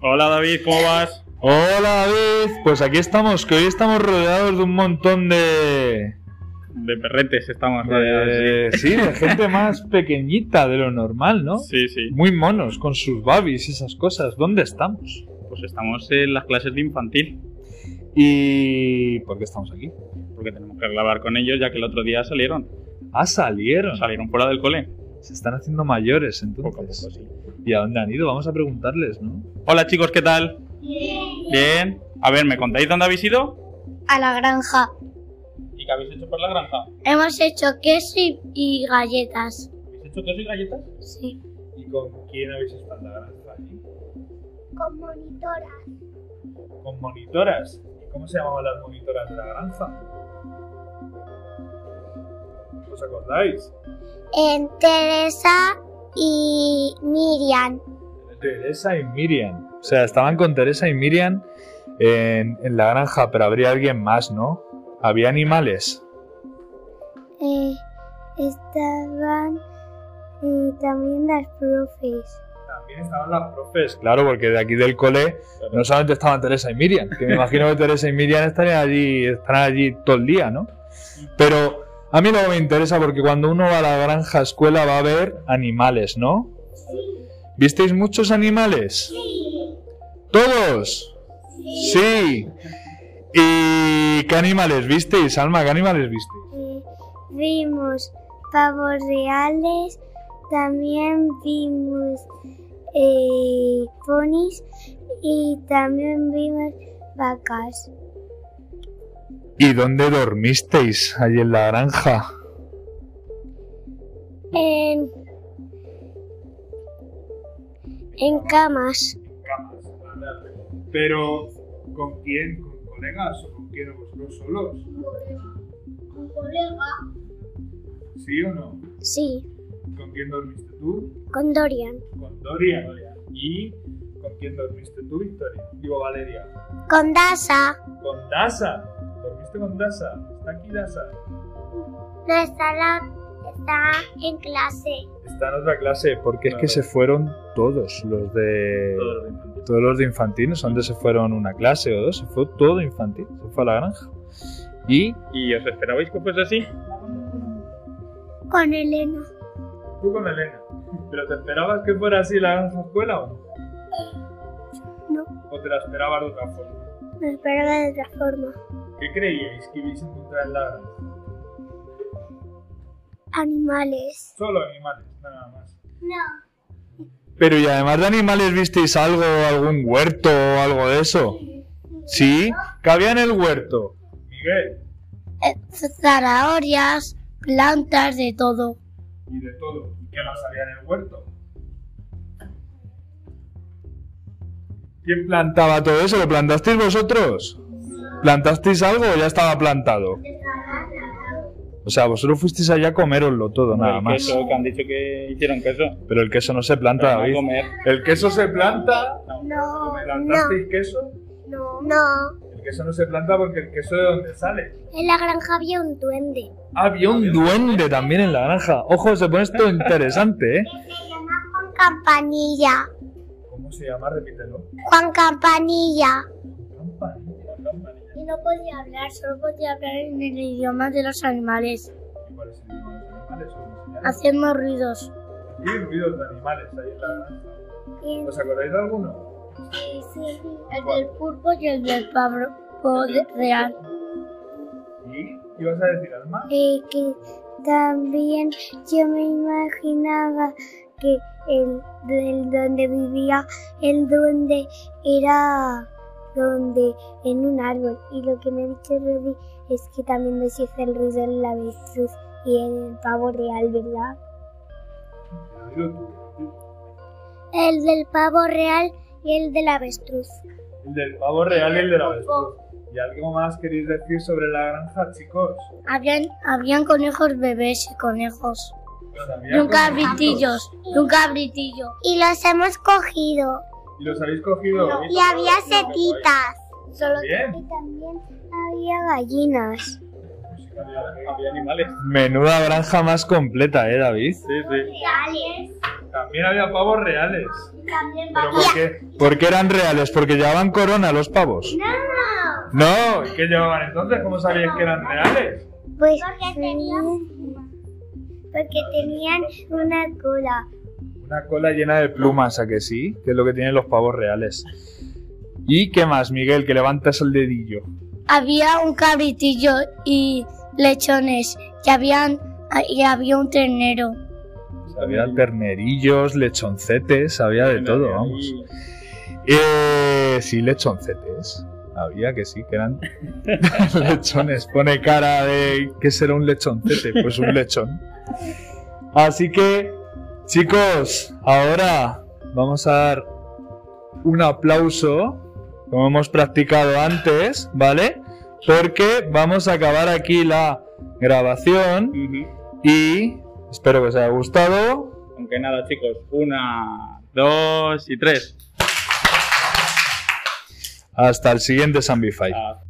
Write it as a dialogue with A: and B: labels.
A: Hola David, ¿cómo vas?
B: Hola David, pues aquí estamos, que hoy estamos rodeados de un montón de...
A: De perretes estamos
B: de-
A: rodeados. sí.
B: sí, de gente más pequeñita de lo normal, ¿no?
A: Sí, sí.
B: Muy monos, con sus babis y esas cosas. ¿Dónde estamos?
A: Pues estamos en las clases de infantil,
B: ¿Y por qué estamos aquí?
A: porque tenemos que grabar con ellos ya que el otro día salieron.
B: Ah, salieron.
A: Salieron fuera del cole.
B: Se están haciendo mayores
A: Poco a poco,
B: entonces.
A: sí.
B: ¿Y a dónde han ido? Vamos a preguntarles, ¿no?
A: Hola chicos, ¿qué tal? Bien. A ver, ¿me contáis dónde habéis ido?
C: a la granja.
A: ¿Y qué habéis hecho por la granja?
C: Hemos hecho queso y, y galletas.
A: ¿Habéis hecho queso y galletas?
C: Sí.
B: ¿Y con quién habéis estado en la granja allí?
C: Con monitora.
B: Con monitoras. ¿Y cómo se llamaban las monitoras de la granja? ¿Os acordáis?
C: En Teresa y Miriam.
B: Teresa y Miriam. O sea, estaban con Teresa y Miriam en, en la granja, pero habría alguien más, ¿no? Había animales.
C: Eh, estaban eh, también las profes.
B: También estaban las profes. Claro, porque de aquí del cole no solamente estaban Teresa y Miriam, que me imagino que Teresa y Miriam estarían allí, estarán allí todo el día, ¿no? Pero a mí luego me interesa porque cuando uno va a la granja escuela va a ver animales, ¿no? ¿Visteis muchos animales? ¿Todos? Sí. ¿Y qué animales visteis, Alma? ¿Qué animales visteis?
C: Eh, vimos pavos reales, también vimos eh, ponis y también vimos vacas.
B: ¿Y dónde dormisteis allí en la granja?
C: En, en camas.
B: Pero, ¿con quién? ¿Con colegas o con quién o vosotros solos? ¿Sí o no?
C: Sí,
B: ¿Con quién dormiste tú?
C: con Dorian.
B: Con Doria. ¿Y con quién dormiste tú, Victoria? Digo, Valeria.
C: Con Dasa.
B: Con Dasa. ¿Dormiste con Dasa? ¿Está aquí Dasa?
C: No está, está en clase.
B: Está en otra clase, porque
A: Claro.
B: es que se fueron todos los de...
A: Todo lo de infantil.
B: Todos los de infantil, no sé dónde se fueron una clase o dos, se fue todo infantil, se fue a la granja. Y
A: ¿Y os esperabais que fuese así?
B: Pues
C: Con Elena.
B: Tú con Elena. ¿Pero te esperabas que fuera así la granja escuela o no?
C: No.
B: ¿O te la esperabas de otra forma?
C: Me esperaba de otra forma.
B: ¿Qué creíais que ibais a encontrar en la granja?
C: Animales.
B: Solo animales, nada más.
C: No.
B: Pero y además de animales, ¿visteis algo, algún huerto o algo de eso? ¿Sí? ¿Qué había en el huerto? Miguel.
C: zanahorias, plantas, de todo.
B: Y de todo. ¿Y qué más había en el huerto? ¿Quién plantaba todo eso? ¿Lo plantasteis vosotros? ¿Plantasteis algo o ya estaba plantado? O sea, vosotros fuisteis allá a coméroslo todo, nada
A: el
B: más.
A: queso, que han dicho que hicieron queso.
B: Pero el queso no se planta,
A: Pero no a
B: David.
A: comer.
B: ¿El queso se planta?
C: No,
B: queso?
C: no, no.
B: El queso no se planta porque el queso de dónde sale.
C: En la granja había un duende.
B: Ah, Había un duende también en la granja. Ojo, se pone esto interesante, ¿eh?
C: Se llama Juan Campanilla.
B: ¿Cómo se llama? Repítelo.
C: Juan Campanilla. Y no podía hablar, solo podía hablar en el idioma de los animales. Hacemos ruidos.
B: Y ruidos de animales ahí en la granja. ¿Os acordáis de alguno?
C: El del pulpo y el del pavo real.
B: ¿Y qué ibas a decir, Alma?
C: que también yo me imaginaba que el del donde vivía el duende era donde en un árbol y lo que me ha dicho Rudy es que también nos hizo el ruido del avestruz y el pavo real, ¿verdad?
B: Pero dilo tú.
C: El del pavo real y el del avestruz.
B: El del pavo real y el de la avestruz. ¿Y algo más queréis decir sobre la granja, chicos?
C: Habían, habían conejos bebés y conejos.
B: Los había
C: Y un
B: cogido.
C: cabritillos. Y un cabritillo. Y los hemos cogido.
B: ¿Y los habéis cogido? ¿Habéis cogido? Bien.
C: Y también había gallinas.
B: Sí, había- había
A: Había animales.
B: Menuda granja más completa, ¿eh, David?
A: Sí, sí.
C: Reales.
D: También había pavos reales.
C: También
D: Pero
C: va
D: ¿por qué?
B: ¿Por qué eran reales? Porque llevaban corona los pavos.
C: ¡No!
B: No,
D: ¿Qué llevaban entonces? ¿Cómo sabías que eran reales?
C: Pues porque tenían, porque tenían una cola.
B: Una cola llena de plumas, ¿a que sí? Que es lo que tienen los pavos reales. ¿Y qué más, Miguel? Que levantas el dedillo.
E: Había un cabritillo y lechones y, habían, y había un ternero.
B: Había ternerillos, lechoncetes, había de todo, vamos. Eh, sí, lechoncetes. Había que sí, que eran lechones. Pone cara de ¿qué será un lechoncete? Pues un lechón. Así que, chicos, ahora vamos a dar un aplauso, como hemos practicado antes, ¿vale? Porque vamos a acabar aquí la grabación
A: Ujú.
B: y espero que os haya gustado.
A: Aunque nada, chicos. Una, dos y tres.
B: Hasta el siguiente Zombie Fight.
A: Ah.